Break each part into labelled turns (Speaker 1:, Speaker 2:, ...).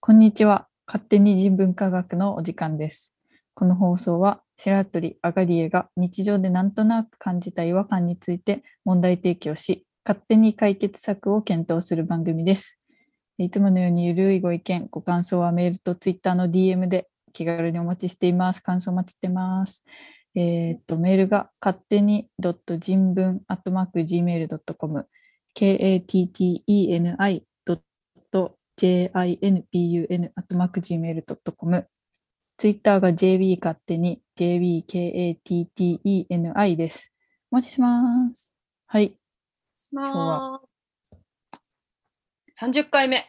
Speaker 1: こんにちは。勝手に人文科学のお時間です。この放送は白鳥あがりえが日常でなんとなく感じた違和感について問題提起をし、勝手に解決策を検討する番組です。いつものようにゆるいご意見、ご感想はメールとツイッターの DM で気軽にお待ちしています。感想お待ちしてます。えーっと、メールが勝手に.人文 .gmail.com katteni. jinbun.gmail.com ツイッターが JB 勝手に JBKATTENI です。お待ちします。はい、
Speaker 2: します。三十回目。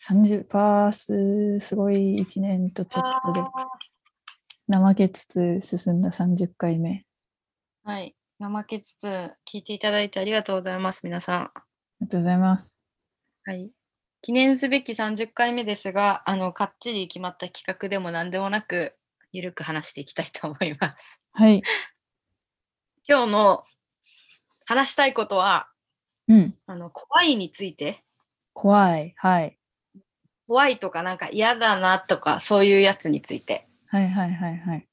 Speaker 1: 30パース、すごい1年とちょっとで、怠けつつ進んだ30回目。
Speaker 2: はい。怠けつつ聞いていただいてありがとうございます皆さん。
Speaker 1: ありがとうございます。
Speaker 2: はい。記念すべき三十回目ですが、あのかっちり決まった企画でも何でもなくゆるく話していきたいと思います。
Speaker 1: はい、
Speaker 2: 今日の話したいことは
Speaker 1: うん、
Speaker 2: あの怖いについて。
Speaker 1: 怖い、はい、
Speaker 2: 怖いとかなんか嫌だなとかそういうやつについて
Speaker 1: はいはいはいはい。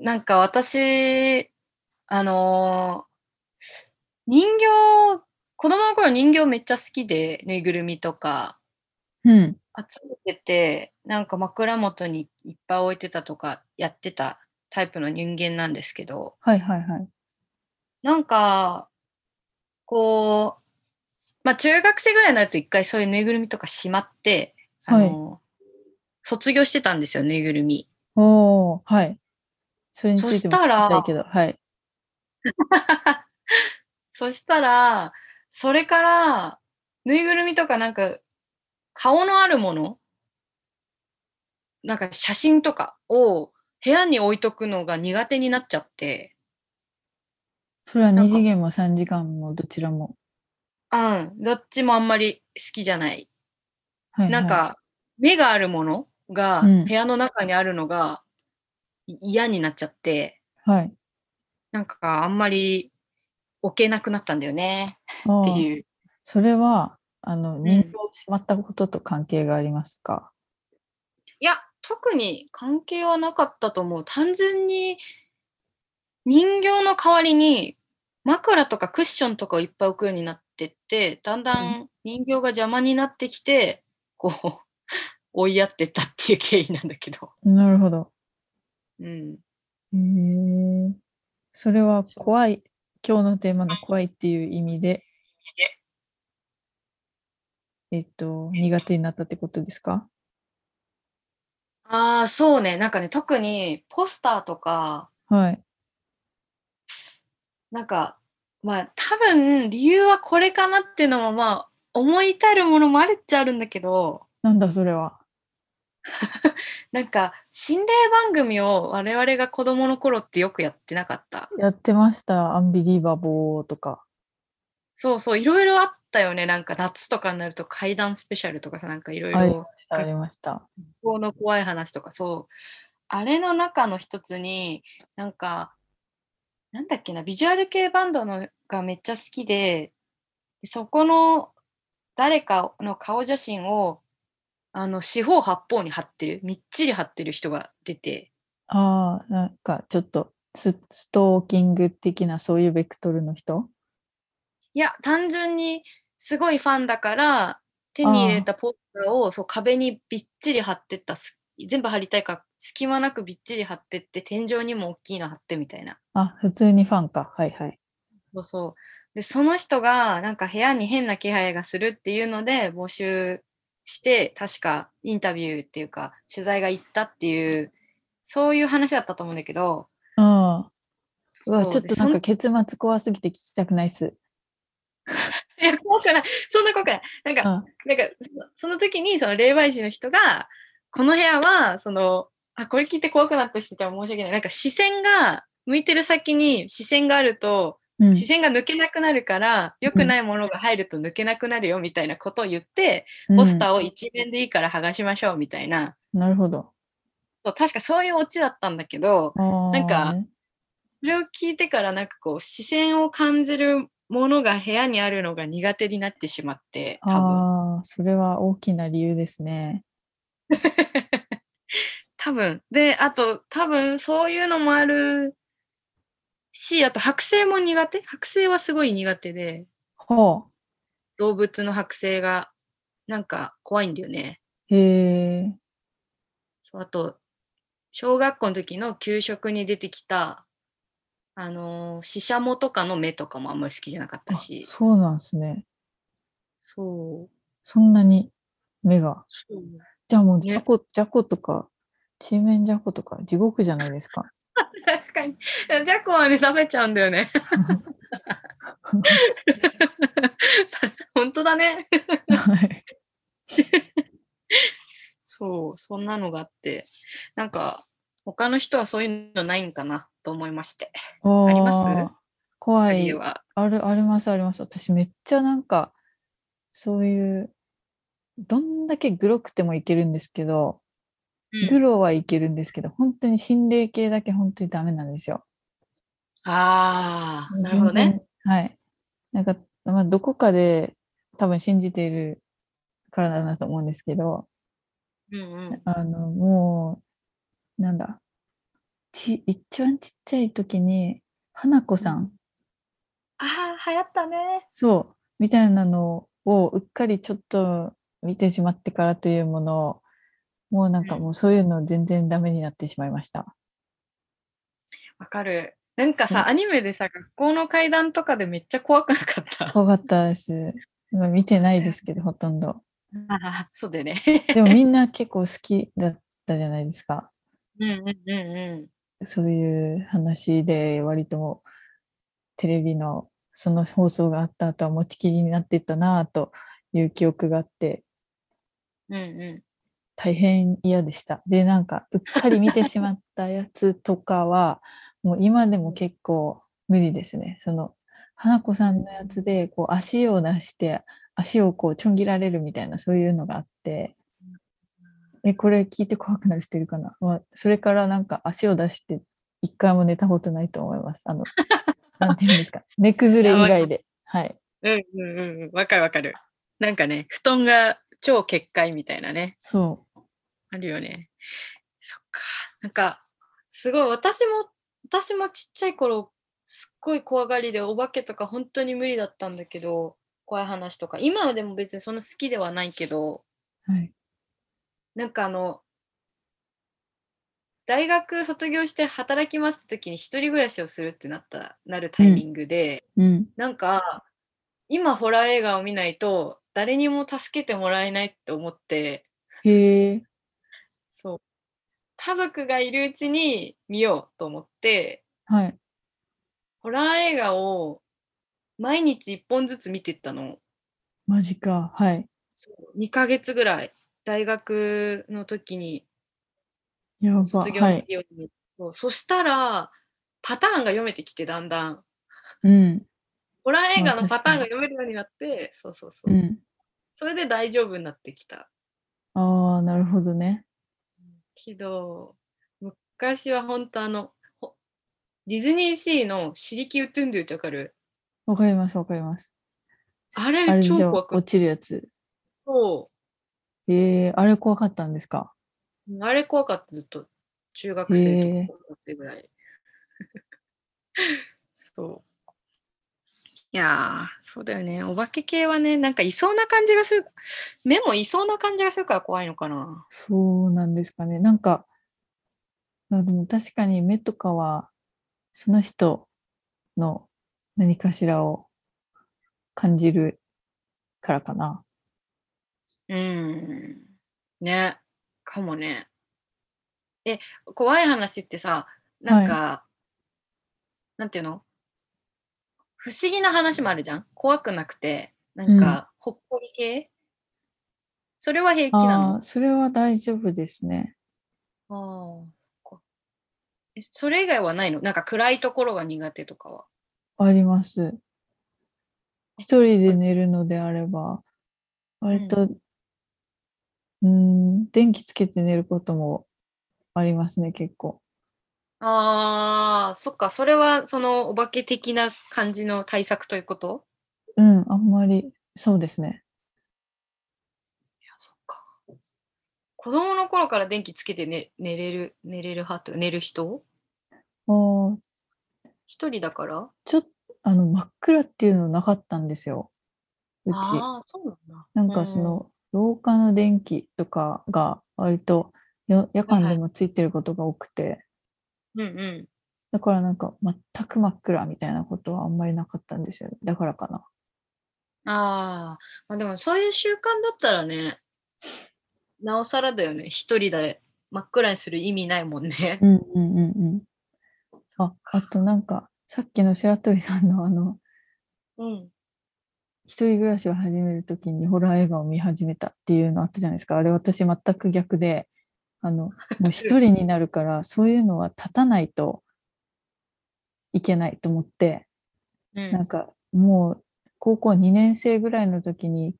Speaker 2: なんか私、あのー人形、子供の頃人形めっちゃ好きで、ぬいぐるみとか
Speaker 1: うん、
Speaker 2: 集めてて、なんか枕元にいっぱい置いてたとかやってたタイプの人間なんですけど、
Speaker 1: はいはいはい。
Speaker 2: なんか、こう、まあ中学生ぐらいになると一回そういうぬいぐるみとかしまって、あのー卒業してたんですよ、ぬいぐるみ。
Speaker 1: おー、はい。それについても聞
Speaker 2: そし
Speaker 1: き
Speaker 2: たら
Speaker 1: たいけど、はい。
Speaker 2: そしたら、それから、ぬいぐるみとかなんか、顔のあるものなんか写真とかを部屋に置いとくのが苦手になっちゃって、
Speaker 1: それは
Speaker 2: なん
Speaker 1: 2
Speaker 2: か
Speaker 1: 次元も3次元もどちらも。
Speaker 2: うん、どっちもあんまり好きじゃない。
Speaker 1: はいはい
Speaker 2: なん、か、目があるものが、
Speaker 1: うん
Speaker 2: 部屋の中にあるのがい嫌になっちゃって、
Speaker 1: はい。
Speaker 2: なんかあんまり置けなくなったんだよね、
Speaker 1: あ
Speaker 2: って
Speaker 1: ー
Speaker 2: いう。
Speaker 1: それは、あの、
Speaker 2: ん
Speaker 1: 人形をしまったことと関係がありますか、
Speaker 2: いや、特に関係はなかったと思う。単純に人形の代わりに枕とかクッションとかをいっぱい置くようになってって、だんだん人形が邪魔になってきて、こう、 追いやってったっていう経緯なんだけど。
Speaker 1: なるほど。
Speaker 2: うん。
Speaker 1: えー、それは怖い、今日のテーマの怖いっていう意味で、えっと、苦手になったってことですか
Speaker 2: ああ、そうね。なんかね、特にポスターとか、
Speaker 1: はい。
Speaker 2: なんか、まあ多分理由はこれかなっていうのもまあ思い至るものもあるっちゃあるんだけど、
Speaker 1: なんだそれは。
Speaker 2: なんか心霊番組を我々が子供の頃ってよくやってなかった
Speaker 1: やってました。アンビリーバボーとか。
Speaker 2: そうそういろいろあったよねなんか夏とかになると怪談スペシャルとかさなんかいろい
Speaker 1: あり
Speaker 2: ろ
Speaker 1: ました。ありました。
Speaker 2: 学校の怖い話とかそうあれの中の一つになんかなんだっけなビジュアル系バンドのがめっちゃ好きでそこの誰かの顔写真をあの四方八方に貼ってるみっちり貼ってる人が出て
Speaker 1: ああ、なんかちょっとスストーキング的なそういうベクトルの人
Speaker 2: いや、単純にすごいファンだから、手に入れたポスターをそう壁にびっちり貼ってったす、全部貼りたいから、隙間なくびっちり貼ってって、天井にも大きいの貼ってみたいな。
Speaker 1: あ、普通にファンか。はいはい。
Speaker 2: そうそう。で、その人が、なんか部屋に変な気配がするっていうので、募集して、確かインタビューっていうか、取材が行ったっていう、そういう話だったと思うんだけど、
Speaker 1: ああ。うわ、
Speaker 2: そう
Speaker 1: ちょっと
Speaker 2: でそ
Speaker 1: なん
Speaker 2: ん
Speaker 1: か結末怖すぎて聞きたくないっす。
Speaker 2: いや、怖くない。そんな怖くない。なんか、
Speaker 1: あ
Speaker 2: なんか、そその時に、その霊媒師の人が、この部屋は、その、あ、これ聞いて怖くなった人いたら申し訳ない。なんか視線が、向いてる先に視線があると、
Speaker 1: うん、
Speaker 2: 視線が抜けなくなるから、良くないものが入ると抜けなくなるよ、みたいなことを言って、ポスタ
Speaker 1: ー、
Speaker 2: ーを一面でいいから剥がしましょう、みたいな。
Speaker 1: なるほど。
Speaker 2: そう確かそういうオチだったんだけど、
Speaker 1: な
Speaker 2: なんかそれを聞いてから、なんかこう、視線を感じるものが部屋にあるのが苦手になってしまって、多分。
Speaker 1: ああ、それは大きな理由ですね。
Speaker 2: 多分。で、あと、多分、そういうのもあるし、あと、剥製も苦手剥製はすごい苦手で、
Speaker 1: ほ
Speaker 2: 動物の剥製が、なんか怖いんだよね。
Speaker 1: う。へえ。
Speaker 2: そうあと、小学校の時の給食に出てきた、あのー、シシャモとかの目とかもあんまり好きじゃなかっ
Speaker 1: あ
Speaker 2: たし、
Speaker 1: そうなんですね。
Speaker 2: そう。
Speaker 1: そんなに目が。
Speaker 2: そう
Speaker 1: じゃあもう、
Speaker 2: ね
Speaker 1: じゃこ、じゃことか、ちりめんじゃことか、地獄じゃないです か。
Speaker 2: 確かに。ジャコはね、食べちゃうんだよね。 本当だね。
Speaker 1: はい
Speaker 2: そう、そんなのがあって、なんか、他の人はそういうのないんかなと思いまして、
Speaker 1: あ
Speaker 2: ります
Speaker 1: ー怖
Speaker 2: あ
Speaker 1: い
Speaker 2: るい。は。
Speaker 1: ある、あります、あります。私めっちゃなんか、そういう、どんだけグロくてもいけるんですけど、
Speaker 2: うん
Speaker 1: グロはいけるんですけど、本当に心霊系だけ本当にダメなんですよ。
Speaker 2: ああ、なるほどね。
Speaker 1: 全然。はい。なんか、まあ、どこかで多分信じているからだなと思うんですけど、
Speaker 2: うんうん。
Speaker 1: あの、もう、なんだ、ち、一番ちっちゃい時に、花子さん、
Speaker 2: ああ、流行ったね。
Speaker 1: そう、みたいなのをうっかりちょっと見てしまってからというものを、もうなんか
Speaker 2: うん
Speaker 1: もうそういうの全然ダメになってしまいました。
Speaker 2: わかる。なんかさ、アニメでさ、学校の階段とかでめっちゃ怖くなかった。
Speaker 1: 怖かったです。今見てないですけど、ほとん ど。
Speaker 2: ああ そうだよね。
Speaker 1: でもみんな結構好きだったじゃないですか。
Speaker 2: うんうんうんうん。
Speaker 1: そういう話で割ともうテレビのその放送があった後は持ちきりになっていったなぁという記憶があって
Speaker 2: うんう
Speaker 1: 大変嫌でした。でなんかうっかり見てしまったやつとかは もう今でも結構無理ですね。その花子さんのやつでこう足を出して足をこうちょん切られるみたいなそういうのがあって。えこれ聞いて怖くなる人いるかな、まあ、それからなんか足を出して一回も寝たことないと思います。あ のなんていうんですか寝崩れ以外で。はい、
Speaker 2: ん。うんうんうんうん。わかるわかる。なんかね、布団が超結界みたいなね。
Speaker 1: そう
Speaker 2: あるよね。そっか。なんか、すごい、私も、私もちっちゃい頃、すっごい怖がりで、お化けとか本当に無理だったんだけど、怖い話とか。今はでも別にそんな好きではないけど、
Speaker 1: はい。
Speaker 2: なんかあの、大学卒業して働きますって時に一人暮らしをするってなった、なるタイミングで、
Speaker 1: うん。
Speaker 2: なんか、今ホラー映画を見ないと、誰にも助けてもらえないって思って、
Speaker 1: へえ。
Speaker 2: そう。家族がいるうちに見ようと思って、
Speaker 1: はい。
Speaker 2: ホラー映画を毎日1本ずつ見てったの。
Speaker 1: マジか。はい。
Speaker 2: そう2ヶ月ぐらい。大学の時に
Speaker 1: やば。
Speaker 2: 卒業
Speaker 1: は
Speaker 2: す
Speaker 1: い。
Speaker 2: るように。そうそしたら、パターンが読めてきて、だんだん。
Speaker 1: うん。
Speaker 2: ホラー映画
Speaker 1: ま
Speaker 2: の
Speaker 1: あ
Speaker 2: パターンが
Speaker 1: 確
Speaker 2: 読めるようになって、そうそうそうう。
Speaker 1: ん。
Speaker 2: それで大丈夫になってきた。
Speaker 1: ああ、なるほどね。
Speaker 2: けど、昔は本当あの、ほディズニーシーのシリキウトゥンドゥってわかる
Speaker 1: わかります、わかります。
Speaker 2: あ
Speaker 1: あれ
Speaker 2: れ
Speaker 1: で
Speaker 2: 超
Speaker 1: しょ
Speaker 2: 怖くない
Speaker 1: 落ちるやつ。
Speaker 2: そ
Speaker 1: ええあれ怖かったんですか。
Speaker 2: う。あれ怖かった、ずっと。中学生とか高校生ぐらい。そう。いやー、そうだよね。お化け系はね、なんかいそうな感じがする。目もいそうな感じがするから怖いのかな。
Speaker 1: そうなんですかね。なんか、まあ、でも確かに目とかは、その人の何かしらを感じるからかな。
Speaker 2: うん。ね。かもね。え、怖い話ってさ、なんか、なんていうの不思議な話もあるじゃん。怖くなくて、なんか、ほっこり系、それは平気なの
Speaker 1: ああー、それは大丈夫ですね。
Speaker 2: ああ、そっかえそれ以外はないのなんか暗いところが苦手とかは。
Speaker 1: あります。一人で寝るのであれば、割と、うん、電気つけて寝ることもありますね、結構。
Speaker 2: ああ、そっか、それはそのお化け的な感じの対策ということ
Speaker 1: うん、あんまり、そうですね。
Speaker 2: いや、そっか。子供の頃から電気つけて寝寝れる寝れる派というか寝る人
Speaker 1: ああ、
Speaker 2: 一人だから
Speaker 1: ちょっと、あの、真っ暗っていうのなかったんですよ。うち。
Speaker 2: ああそうなんだ
Speaker 1: なんかそ、の、廊下の電気とかが割とよ夜間でもついてることが多くて、
Speaker 2: うん、うんうん
Speaker 1: だからなんか全く真っ暗みたいなことはあんまりなかったんですよね。だからかな。
Speaker 2: ああまあでもそういう習慣だったらねなおさらだよね一人で真っ暗にする意味ないもんね
Speaker 1: うんうんうんうん。あ、あとなんか、さっきの白鳥さんのあの、
Speaker 2: うん
Speaker 1: 一人暮らしを始めるときにホラー映画を見始めたっていうのあったじゃないですか。あれ私全く逆で、あの、もう一人になるから、そういうのは立たないといけないと思って、
Speaker 2: うん
Speaker 1: なんかもう高校2年生ぐらいの時に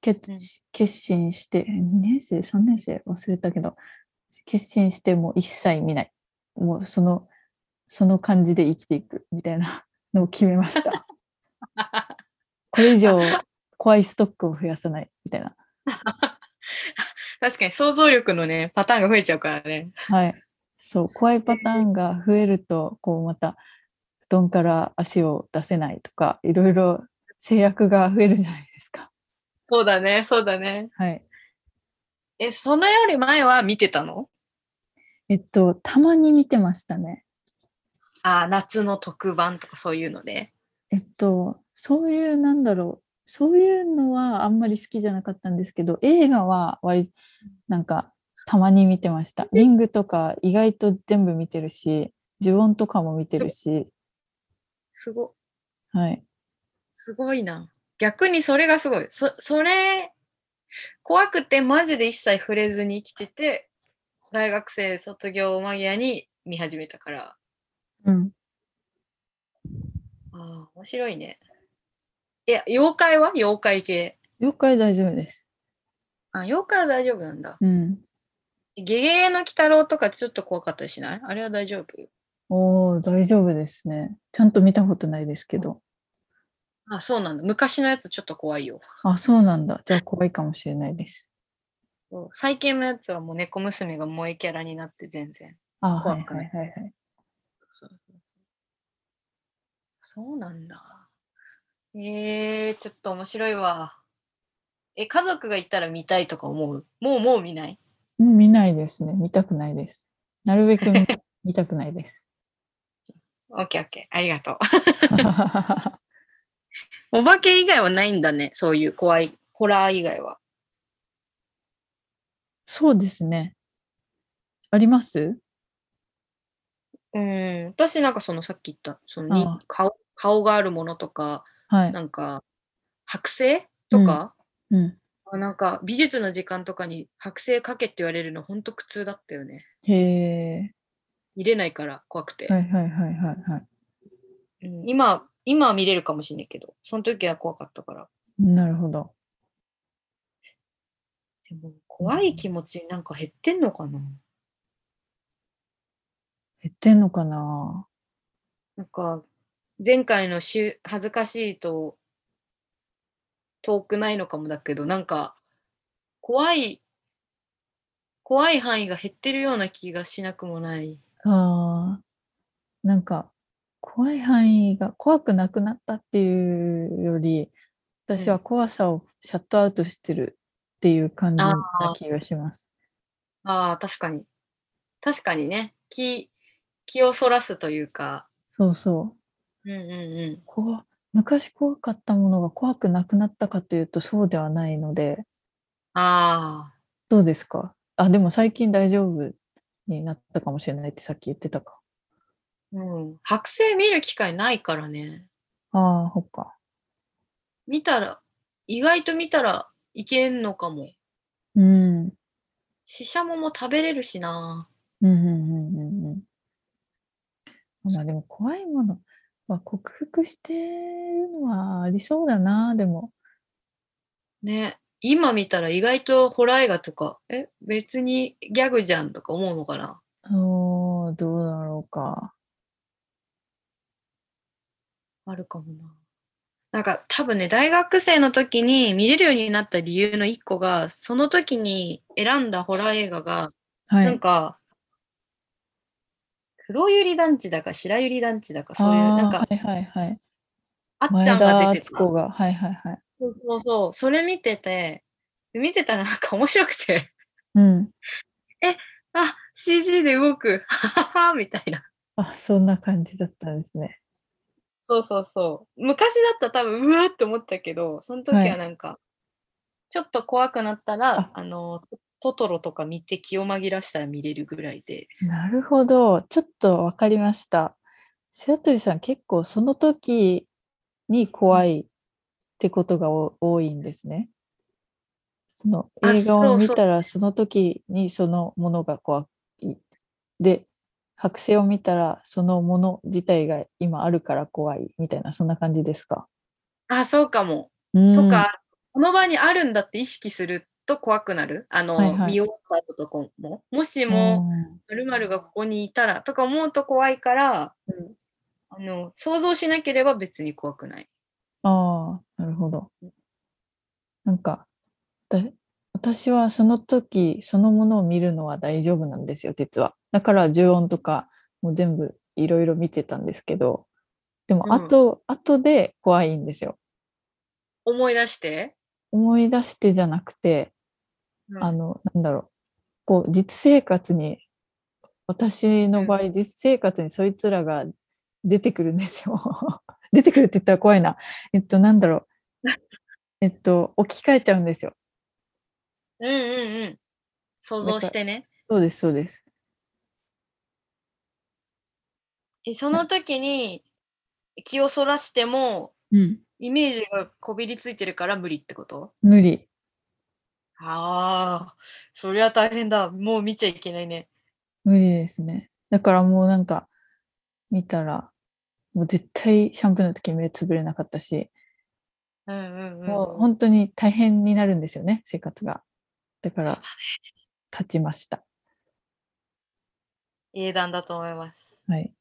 Speaker 1: 決,、
Speaker 2: うん
Speaker 1: 決心して、2年生、3年生忘れたけど、決心してもう一切見ない。もうその、その感じで生きていくみたいな のを決めま した。これ以上怖いストックを増やさないみたいな。
Speaker 2: 確かに想像力のねパターンが増えちゃうからね
Speaker 1: はい。そう、怖いパターンが増えると、こうまた布団から足を出せないとか、いろいろ制約が増えるじゃないですか。
Speaker 2: そうだねそうだね
Speaker 1: はい。
Speaker 2: えそのより前は見てたの
Speaker 1: えっと、たまに見てましたね。
Speaker 2: ああ夏の特番とかそういうので
Speaker 1: えっと、そういう、なんだろう、そういうのはあんまり好きじゃなかったんですけど、映画は割、なんか、たまに見てました。リングとか意外と全部見てるし、呪音とかも見てるし、
Speaker 2: すご
Speaker 1: はい。
Speaker 2: すごいな。逆にそれがすごい。そそれ、怖くてマジで一切触れずに生きてて、大学生卒業間際に見始めたから。
Speaker 1: うん。
Speaker 2: ああ、面白いね。いや、妖怪は妖怪系。
Speaker 1: 了解大丈夫です。
Speaker 2: あ、妖怪は大丈夫なんだ。
Speaker 1: うん。
Speaker 2: ゲゲゲの鬼太郎とかちょっと怖かったりしないあれは大丈夫
Speaker 1: おお、大丈夫ですね。ちゃんと見たことないですけど。
Speaker 2: あ、そうなんだ。昔のやつちょっと怖いよ。
Speaker 1: あ、そうなんだ。じゃあ怖いかもしれないです。
Speaker 2: そう最近のやつはもう猫娘が萌えキャラになって全然。
Speaker 1: あ、
Speaker 2: 怖
Speaker 1: はい
Speaker 2: く
Speaker 1: は
Speaker 2: ないい
Speaker 1: はいはい。
Speaker 2: そうそうそう。そうなんだ。えー、ちょっと面白いわ。え、家族が行ったら見たいとか思うもうもう見ない
Speaker 1: もう見ないですね。見たくないです。なるべく見 見たくないです。
Speaker 2: オッケーオッケー。ありがと う。お化け以外はないんだね。そういう怖い、ホラー以外は。
Speaker 1: そうですね。あります
Speaker 2: うん。私なんかそのさっき言った、そのに
Speaker 1: ああ
Speaker 2: 顔顔があるものとか、
Speaker 1: はい。
Speaker 2: なんか、剥製とか、
Speaker 1: うん。
Speaker 2: あなんか美術の時間とかに剥製かけって言われるのほんと苦痛だったよね。
Speaker 1: へえ。
Speaker 2: 見れないから怖くて。
Speaker 1: はいはいはいはいはい。
Speaker 2: うん今、今は見れるかもしれないけど、その時は怖かったから。
Speaker 1: なるほど。
Speaker 2: でも、怖い気持ちなんか減ってんのかな
Speaker 1: 減ってんのかな
Speaker 2: なんか、前回の週恥ずかしいと遠くないのかもだけど、なんか、怖い、怖い範囲が減ってるような気がしなくもない。
Speaker 1: あーなんか怖い範囲が怖くなくなったっていうより私は怖さをシャットアウトしてるっていう感じ
Speaker 2: あ
Speaker 1: な
Speaker 2: ー
Speaker 1: 気がします。
Speaker 2: ああ、確かに。確かにね。気、気をそらすというか。
Speaker 1: そうそう
Speaker 2: うんうんうん。
Speaker 1: 怖昔怖かったものが怖くなくなったかというとそうではないので
Speaker 2: ああ。
Speaker 1: どうですかあでも最近大丈夫になったかもしれないってさっき言ってたか。
Speaker 2: うん。剥製見る機会ないからね。
Speaker 1: ああほっか。
Speaker 2: 見たら、意外と見たらいけんのかも。
Speaker 1: うん。うん
Speaker 2: シシャモも食べれるしな。
Speaker 1: うんうんうんうん。まあでも怖いものは克服してるのはありそうだな、でも。
Speaker 2: ね。今見たら意外とホラー映画とか、え、別にギャグじゃんとか思うのかな。
Speaker 1: おーどうだろうか。
Speaker 2: あるかもな。なんか多分ね、大学生の時に見れるようになった理由の一個が、その時に選んだホラー映画が、
Speaker 1: は
Speaker 2: なん
Speaker 1: い。
Speaker 2: か、黒百合団地だか白百合団地だか、そういう、
Speaker 1: あー
Speaker 2: なんか、
Speaker 1: はいはいはい。
Speaker 2: あっ
Speaker 1: 前
Speaker 2: ちゃんが
Speaker 1: 田
Speaker 2: 出て
Speaker 1: 敦
Speaker 2: た。
Speaker 1: 子が、はいはいはい。
Speaker 2: そうそうそう、それ見てて、見てたらなんか面白くて、
Speaker 1: うん。
Speaker 2: あ、CG で動く、 ははは、みたいな。
Speaker 1: あ、そんな感じだったんですね。
Speaker 2: そうそうそう。昔だったら多分、うわーって思ったけど、その時
Speaker 1: は
Speaker 2: はいなんか、ちょっと怖くなったら、
Speaker 1: あ
Speaker 2: あの、トトロとか見て気を紛らしたら見れるぐらいで。
Speaker 1: なるほど。ちょっとわかりました。白鳥さん、結構その時に怖いってことがお多いんですね。その
Speaker 2: あ
Speaker 1: 映画
Speaker 2: そ
Speaker 1: を
Speaker 2: う
Speaker 1: 見
Speaker 2: そう
Speaker 1: たら、その時にそのものが怖い。で、剥製を見たら、そのもの自体が今あるから怖いみたいな、そんな感じですか。
Speaker 2: あ、そうかも。
Speaker 1: うん
Speaker 2: とか、この場にあるんだって意識すると怖くなる。あの、
Speaker 1: はいはい
Speaker 2: 見終わった後とかも。もしも、〇〇がここにいたらとか思うと怖いから、
Speaker 1: うん
Speaker 2: あの想像しなければ別に怖くない。
Speaker 1: ああ、なるほど。なんか、だ私はその時そのものを見るのは大丈夫なんですよ、実は。だから、重音とかも全部いろいろ見てたんですけど、で
Speaker 2: う
Speaker 1: も
Speaker 2: ん
Speaker 1: 後、後で怖いんですよ。
Speaker 2: 思い出して。
Speaker 1: 思い出してじゃなくて、
Speaker 2: うん
Speaker 1: あの、なんだろう、こう、実生活に、私の場合、実生活にそいつらが出てくるんですよ。 出てくるって言ったら怖いな。えっと、なんだろ う。えっと、置き換えちゃうんですよ。
Speaker 2: うんうんうん。想像してね。
Speaker 1: そうです、そうです。
Speaker 2: えその時に気をそらしても
Speaker 1: うん。
Speaker 2: イメージがこびりついてるから無理ってこと
Speaker 1: 無理。
Speaker 2: ああ、そりゃ大変だ。もう見ちゃいけないね。
Speaker 1: 無理ですね。だからもうなんか、見たら、もう絶対シャンプーの時目つぶれなかったし、
Speaker 2: うんうんうん。
Speaker 1: もう本当に大変になるんですよね、生活が。だから、
Speaker 2: そうだ
Speaker 1: 立ちました。
Speaker 2: 英断だと思います。
Speaker 1: はい。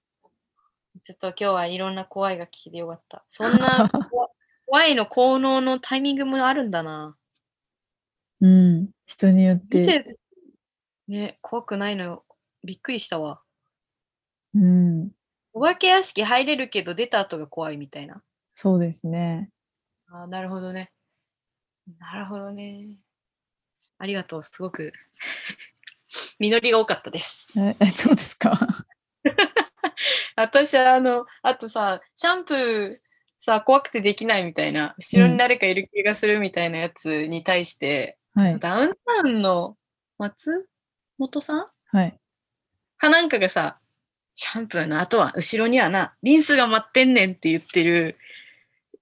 Speaker 2: ちょっと今日はいろんな怖いが聞いてよかった。そん な怖怖いの効能のタイミングもあるんだな。
Speaker 1: うん。人によっ
Speaker 2: 見
Speaker 1: て、
Speaker 2: て、ね、怖くないのよ。びっくりしたわ。
Speaker 1: うん。
Speaker 2: お化け屋敷入れるけど出た後が怖いみたいな。
Speaker 1: そうですね。
Speaker 2: あーなるほどね。なるほどね。ありがとう。すごく 実りが多かったです。
Speaker 1: え、えそうですか。
Speaker 2: 私はあの、あとさ、シャンプーさ、怖くてできないみたいな、後ろに誰かいる気がするみたいなやつに対して、
Speaker 1: はい。
Speaker 2: ダウンタウンの松本さん
Speaker 1: はい。
Speaker 2: かなんかがさ、シャンプーの後は後ろにはな、リンスが待ってんねんって言ってる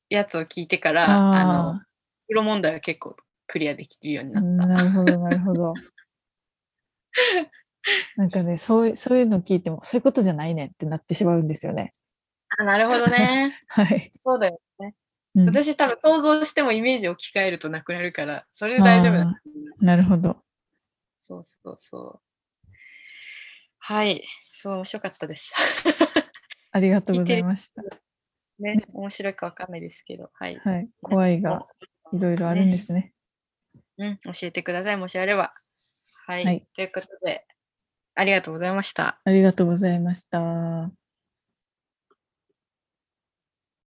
Speaker 2: やつを聞いてから、あの、
Speaker 1: あ
Speaker 2: 風呂問題は結構クリアできてるように
Speaker 1: あー、
Speaker 2: なっ
Speaker 1: な
Speaker 2: た。
Speaker 1: るほど、なるほ ど。なんかね、そういう、そういうの聞いても、そういうことじゃないねってなってしまうんですよね。
Speaker 2: あなるほどね。
Speaker 1: はい。
Speaker 2: そうだよね。
Speaker 1: うん
Speaker 2: 私多分想像してもイメージを置き換えるとなくなるから、それで大丈夫
Speaker 1: あー
Speaker 2: だ。
Speaker 1: なるほど。
Speaker 2: そうそうそう。はい。そう、面白かったです。
Speaker 1: ありがとうございました。
Speaker 2: ね、面白いかわかんないですけど、はい。
Speaker 1: はい。怖いがいろいろあるんですね。
Speaker 2: うん、教えてください、もしあれば。はい。
Speaker 1: はい
Speaker 2: ということで、ありがとうございました。
Speaker 1: ありがとうございました。